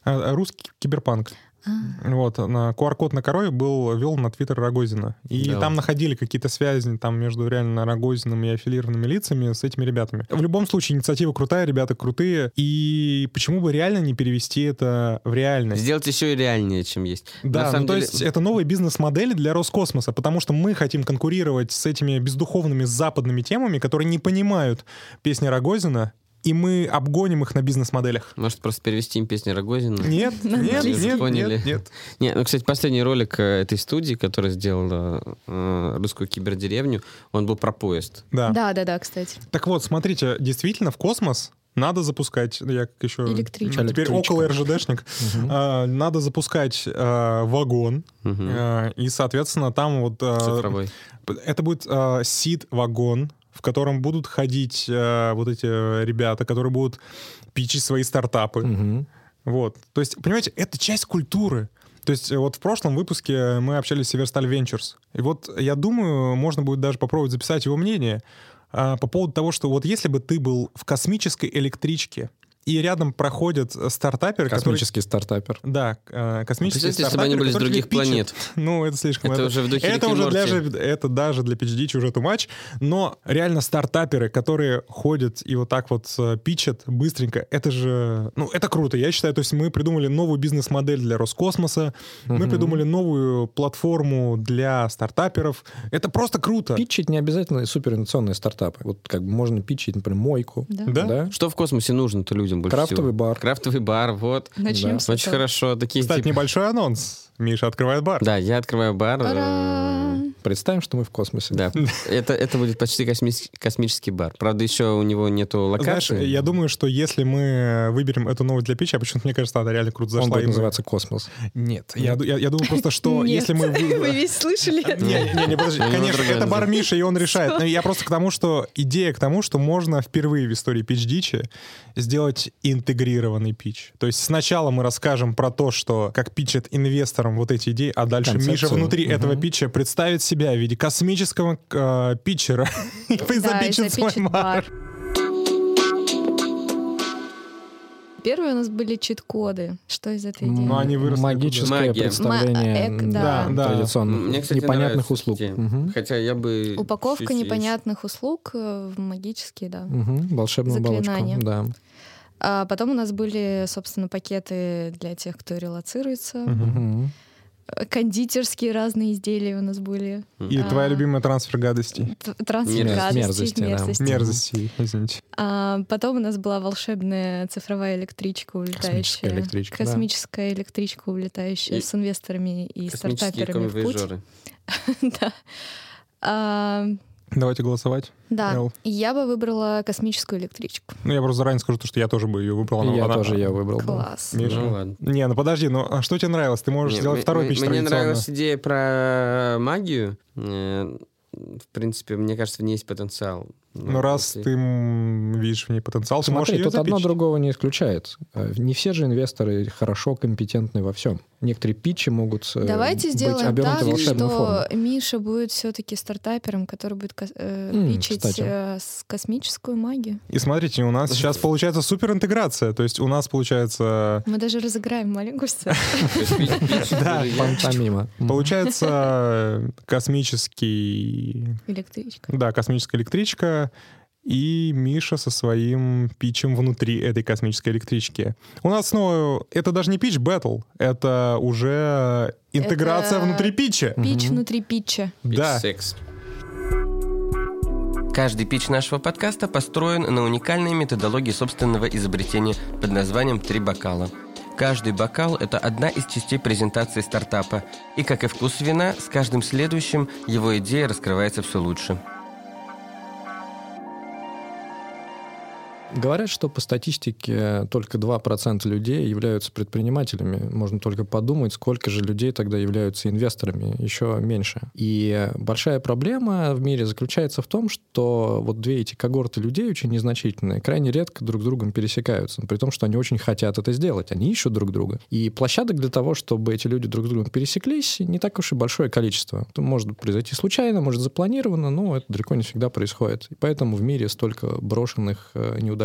Speaker 4: э, русский киберпанк.
Speaker 5: А,
Speaker 4: Вот, на QR-код на корове был, вел на твиттер Рогозина. И
Speaker 1: Да.
Speaker 4: там находили какие-то связи там между реально Рогозиным и аффилированными лицами с этими ребятами. В любом случае, инициатива крутая, ребята крутые. И почему бы реально не перевести это в реальность?
Speaker 1: Сделать еще и реальнее, чем есть.
Speaker 4: Да,
Speaker 1: На
Speaker 4: ну,
Speaker 1: самом
Speaker 4: то
Speaker 1: деле-
Speaker 4: есть это новая бизнес-модель для Роскосмоса, потому что мы хотим конкурировать с этими бездуховными западными темами, которые не понимают песни Рогозина, и мы обгоним их на бизнес-моделях.
Speaker 1: Может, просто перевести им песни Рогозина?
Speaker 4: Нет, нет,
Speaker 1: Отлично.
Speaker 4: нет,
Speaker 1: Поняли.
Speaker 4: нет, нет.
Speaker 1: Не, ну, кстати, последний ролик э, этой студии, которая сделала э, русскую кибердеревню, он был про поезд.
Speaker 4: Да.
Speaker 5: Да, да, да, кстати.
Speaker 4: Так вот, смотрите, действительно в космос надо запускать, я как еще...
Speaker 5: Электричка.
Speaker 4: Теперь
Speaker 3: Электричка.
Speaker 4: около РЖДшник.
Speaker 3: Мгм.
Speaker 4: А, Надо запускать а, вагон,
Speaker 1: Мгм.
Speaker 4: а, и, соответственно, там вот... а,
Speaker 1: Цифровой.
Speaker 4: Это будет а, сид-вагон, в котором будут ходить а, вот эти ребята, которые будут пичить свои стартапы.
Speaker 3: Мгм.
Speaker 4: Вот. То есть, понимаете, это часть культуры. То есть э, вот в прошлом выпуске мы общались с Северсталь Венчурс. И вот я думаю, можно будет даже попробовать записать его мнение а, по поводу того, что вот если бы ты был в космической электричке, и рядом проходят э, стартаперы,
Speaker 3: Космический стартапер.
Speaker 4: которые... Да, э, космические
Speaker 1: Представьте, если бы
Speaker 4: стартаперы,
Speaker 1: они были с
Speaker 4: которые
Speaker 1: других
Speaker 4: тебе пичат.
Speaker 1: планет.
Speaker 4: Ну, это слишком...
Speaker 1: Это уже в духе
Speaker 4: это
Speaker 1: Рик и
Speaker 4: уже
Speaker 1: Морти.
Speaker 4: даже, это даже для PGD уже тумач, но реально стартаперы, которые ходят и вот так вот э, пичат быстренько, это же, ну, это круто, я считаю, то есть мы придумали новую бизнес-модель для Роскосмоса, мы
Speaker 3: Мгм.
Speaker 4: придумали новую платформу для стартаперов, это просто круто.
Speaker 3: Питчить не обязательно суперинновационные стартапы. Вот как бы можно питчить, например, мойку.
Speaker 5: Да.
Speaker 4: Да?
Speaker 1: Что в космосе нужно-то людям больше всего?
Speaker 3: Крафтовый бар.
Speaker 1: Крафтовый бар, вот.
Speaker 3: Да.
Speaker 2: Начнем с
Speaker 1: Очень
Speaker 2: этого.
Speaker 1: хорошо. Такие
Speaker 4: Кстати,
Speaker 1: типа-
Speaker 4: небольшой анонс. Миша открывает бар.
Speaker 1: Да, я открываю бар. э,
Speaker 5: Ура!
Speaker 3: Представим, что мы в космосе.
Speaker 1: Да, это, это будет почти космис- космический бар. Правда, еще у него нету
Speaker 4: Знаешь,
Speaker 1: локации.
Speaker 4: я думаю, что если мы выберем эту новость для пича, а почему-то мне кажется, она реально круто зашла.
Speaker 3: Он
Speaker 4: и
Speaker 3: будет
Speaker 4: мы-
Speaker 3: называться «Космос».
Speaker 4: Нет, я, ду- я, я думаю просто, что
Speaker 2: Нет.
Speaker 4: если мы... вы-
Speaker 2: Вы весь слышали это?
Speaker 4: Не, не, не, подожди.
Speaker 1: Ну,
Speaker 4: Конечно,
Speaker 1: другая
Speaker 4: это бар
Speaker 1: называется.
Speaker 4: Миша, и он решает. Но я просто к тому, что идея к тому, что можно впервые в истории пич-дичи сделать интегрированный пич. То есть сначала мы расскажем про то, что как пичат инвесторам вот эти идеи, а дальше
Speaker 3: Концепцию.
Speaker 4: Миша внутри
Speaker 3: Мгм.
Speaker 4: этого питча представит себя в виде космического э, питчера и запичет свой
Speaker 5: запичет
Speaker 4: бар.
Speaker 5: бар. Первые у нас были чит-коды. Что из этой идеи?
Speaker 4: Ну, они выросли
Speaker 3: Магическое
Speaker 1: Магия.
Speaker 3: представление
Speaker 5: Ма- э, эк, да.
Speaker 4: Да, да.
Speaker 3: традиционных
Speaker 1: Мне, кстати,
Speaker 3: непонятных
Speaker 1: нравится
Speaker 3: услуг.
Speaker 1: идея.
Speaker 3: Мгм.
Speaker 1: Хотя я бы...
Speaker 5: Упаковка
Speaker 1: чуть-чуть есть.
Speaker 5: непонятных услуг э, в магические, да.
Speaker 3: Мгм. Волшебную
Speaker 5: Заклинание.
Speaker 3: оболочку. Да.
Speaker 5: А потом у нас были, собственно, пакеты для тех, кто релацируется.
Speaker 4: Мгм.
Speaker 3: Мгм.
Speaker 5: Э, Кондитерские разные изделия у нас были.
Speaker 4: И
Speaker 5: А.
Speaker 4: твоя любимая трансфер гадостей.
Speaker 5: Т- Трансфер
Speaker 1: Мерзость.
Speaker 5: гадостей,
Speaker 3: Мерзости, да.
Speaker 5: мерзости.
Speaker 4: Мерзостей, извините.
Speaker 5: А потом у нас была волшебная цифровая электричка улетающая.
Speaker 3: Космическая электричка, да.
Speaker 5: Космическая электричка улетающая
Speaker 1: И-
Speaker 5: с инвесторами и
Speaker 1: Космические
Speaker 5: стартаперами в путь.
Speaker 1: коммивояжеры.
Speaker 5: Да. А,
Speaker 4: Давайте голосовать.
Speaker 5: Да,
Speaker 4: Эл.
Speaker 5: я бы выбрала космическую электричку.
Speaker 4: Ну, я просто заранее скажу, то, что я тоже бы ее выбрал. Она-
Speaker 3: Я
Speaker 4: она-
Speaker 3: тоже ее выбрал. да.
Speaker 5: Класс.
Speaker 4: Миша.
Speaker 1: Ну ладно.
Speaker 4: Не, ну подожди, ну а что тебе нравилось? Ты можешь
Speaker 1: Не,
Speaker 4: сделать
Speaker 1: м-
Speaker 4: второй
Speaker 1: м-
Speaker 4: пич
Speaker 1: Мне
Speaker 4: традиционно.
Speaker 1: нравилась идея Э, про магию. Э, В принципе, мне кажется, в ней есть потенциал.
Speaker 4: Но Ну, раз
Speaker 1: если-
Speaker 4: ты м, видишь в ней потенциал, ты можешь
Speaker 3: Смотри,
Speaker 4: ее
Speaker 3: тут одно
Speaker 4: запичить.
Speaker 3: другого не исключает. Э, Не все же инвесторы хорошо компетентны во всем. Некоторые питчи могут э,
Speaker 5: Давайте
Speaker 3: быть
Speaker 5: сделаем
Speaker 3: обернуты
Speaker 5: так,
Speaker 3: волшебную
Speaker 5: что
Speaker 3: форму.
Speaker 5: Миша будет все-таки стартапером, который будет кос- э,
Speaker 3: М,
Speaker 5: пичить
Speaker 3: кстати.
Speaker 5: э, с космическую магию.
Speaker 4: И смотрите, у нас сейчас получается суперинтеграция. То есть у нас получается...
Speaker 5: Мы даже разыграем маленькую сцену.
Speaker 4: Да,
Speaker 3: Пантомима.
Speaker 4: получается космический...
Speaker 5: Электричка.
Speaker 4: Да, космическая электричка и Миша со своим питчем внутри этой космической электрички. У нас снова... Это даже не питч бэтл, это уже интеграция
Speaker 5: Это-
Speaker 4: внутри питча.
Speaker 5: Пич внутри питча.
Speaker 4: Да.
Speaker 1: Секс.
Speaker 6: Каждый пич нашего подкаста построен на уникальной методологии собственного изобретения под названием «Три бокала». Каждый бокал – это одна из частей презентации стартапа. И, как и вкус вина, с каждым следующим его идея раскрывается все лучше.
Speaker 3: Говорят, что по статистике только 2% людей являются предпринимателями. Можно только подумать, сколько же людей тогда являются инвесторами, еще меньше. И большая проблема в мире заключается в том, что вот две эти когорты людей очень незначительные, крайне редко друг с другом пересекаются, при том, что они очень хотят это сделать, они ищут друг друга. И площадок для того, чтобы эти люди друг с другом пересеклись, не так уж и большое количество. Это может произойти случайно, может запланировано, но это далеко не всегда происходит. И поэтому в мире столько брошенных, э, неудачных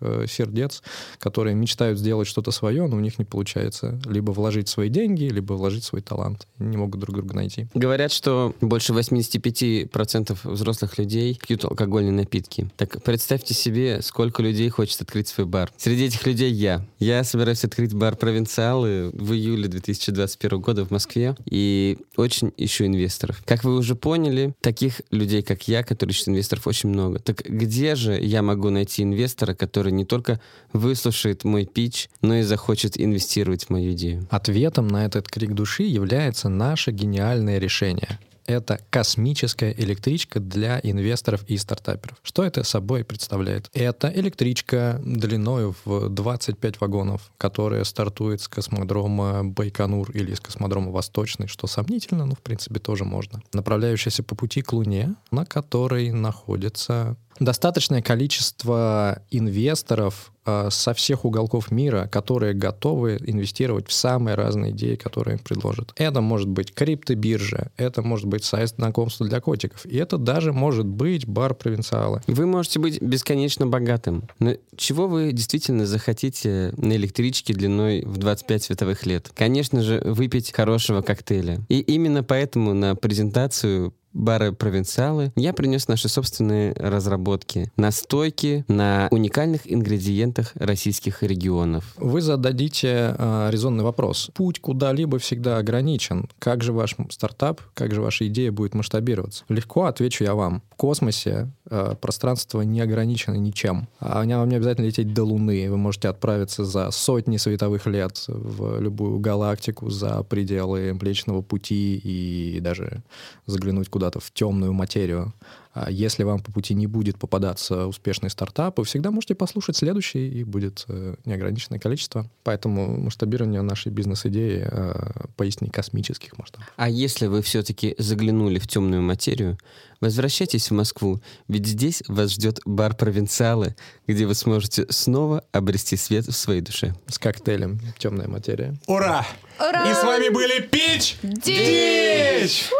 Speaker 3: э, сердец, которые мечтают сделать что-то свое, но у них не получается. Либо вложить свои деньги, либо вложить свой талант. Не могут друг друга найти.
Speaker 1: Говорят, что больше 85% взрослых людей пьют алкогольные напитки. Так представьте себе, сколько людей хочет открыть свой бар. Среди этих людей я. Я собираюсь открыть бар «Провинциалы» в июле 2021 года в Москве и очень ищу инвесторов. Как вы уже поняли, таких людей, как я, которые ищут инвесторов, очень много. Так где же я могу найти инвестора, который не только выслушает мой пич, но и захочет инвестировать в мою идею?
Speaker 3: Ответом на этот крик души является наше гениальное решение. Это космическая электричка для инвесторов и стартаперов. Что это собой представляет? Это электричка длиною в 25 вагонов, которая стартует с космодрома Байконур или из космодрома Восточный, что сомнительно, но в принципе тоже можно. Направляющаяся по пути к Луне, на которой находится достаточное количество инвесторов э, со всех уголков мира, которые готовы инвестировать в самые разные идеи, которые им предложат. Это может быть криптобиржа, это может быть сайт знакомства для котиков, и это даже может быть бар провинциала.
Speaker 1: Вы можете быть бесконечно богатым. Но чего вы действительно захотите на электричке длиной в 25 световых лет? Конечно же, выпить хорошего коктейля. И именно поэтому на презентацию бары провинциалы я принес наши собственные разработки настойки на уникальных ингредиентах российских регионов.
Speaker 3: Вы зададите э, резонный вопрос. Путь куда-либо всегда ограничен. Как же ваш м- стартап, как же ваша идея будет масштабироваться? Легко отвечу я вам. В космосе э, пространство не ограничено ничем. А не- вам не обязательно лететь до Луны. Вы можете отправиться за сотни световых лет в любую галактику, за пределы Млечного Пути и даже заглянуть куда-то в темную материю. А Если вам по пути не будет попадаться успешный стартап, вы всегда можете послушать следующий, и будет э, неограниченное количество. Поэтому масштабирование нашей бизнес-идеи э, поистине космических масштабов.
Speaker 1: А если вы все-таки заглянули в темную материю, возвращайтесь в Москву, ведь здесь вас ждет бар провинциалы, где вы сможете снова обрести свет в своей душе.
Speaker 3: С коктейлем «Темная материя».
Speaker 4: Ура!
Speaker 5: Ура!
Speaker 4: И с вами были Пич! Дич!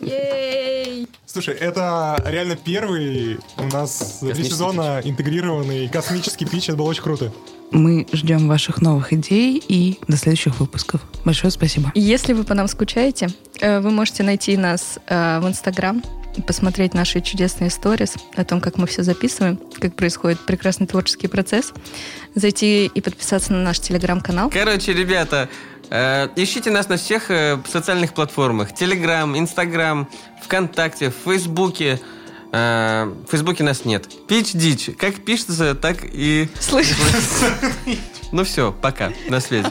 Speaker 5: Ей!
Speaker 4: Слушай, это реально первый у нас за три
Speaker 1: Космический
Speaker 4: сезона интегрированный космический пич. Это было очень круто.
Speaker 7: Мы ждем ваших новых идей и до следующих выпусков. Большое спасибо.
Speaker 2: Если вы по нам скучаете, э, вы можете найти нас э, в Инстаграм, посмотреть наши чудесные сторис о том, как мы все записываем, как происходит прекрасный творческий процесс, зайти и подписаться на наш телеграм-канал.
Speaker 6: Короче, ребята, э, ищите нас на всех э, социальных платформах. Телеграм, Инстаграм, ВКонтакте, в Фейсбуке. Э, в Фейсбуке нас нет. Пич дичь. Как пишется, так и...
Speaker 2: Слышишь?
Speaker 6: Ну все, пока. На связи.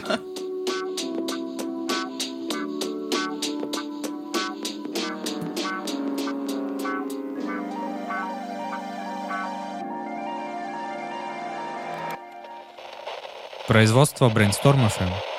Speaker 8: Производство Brainstorm FM.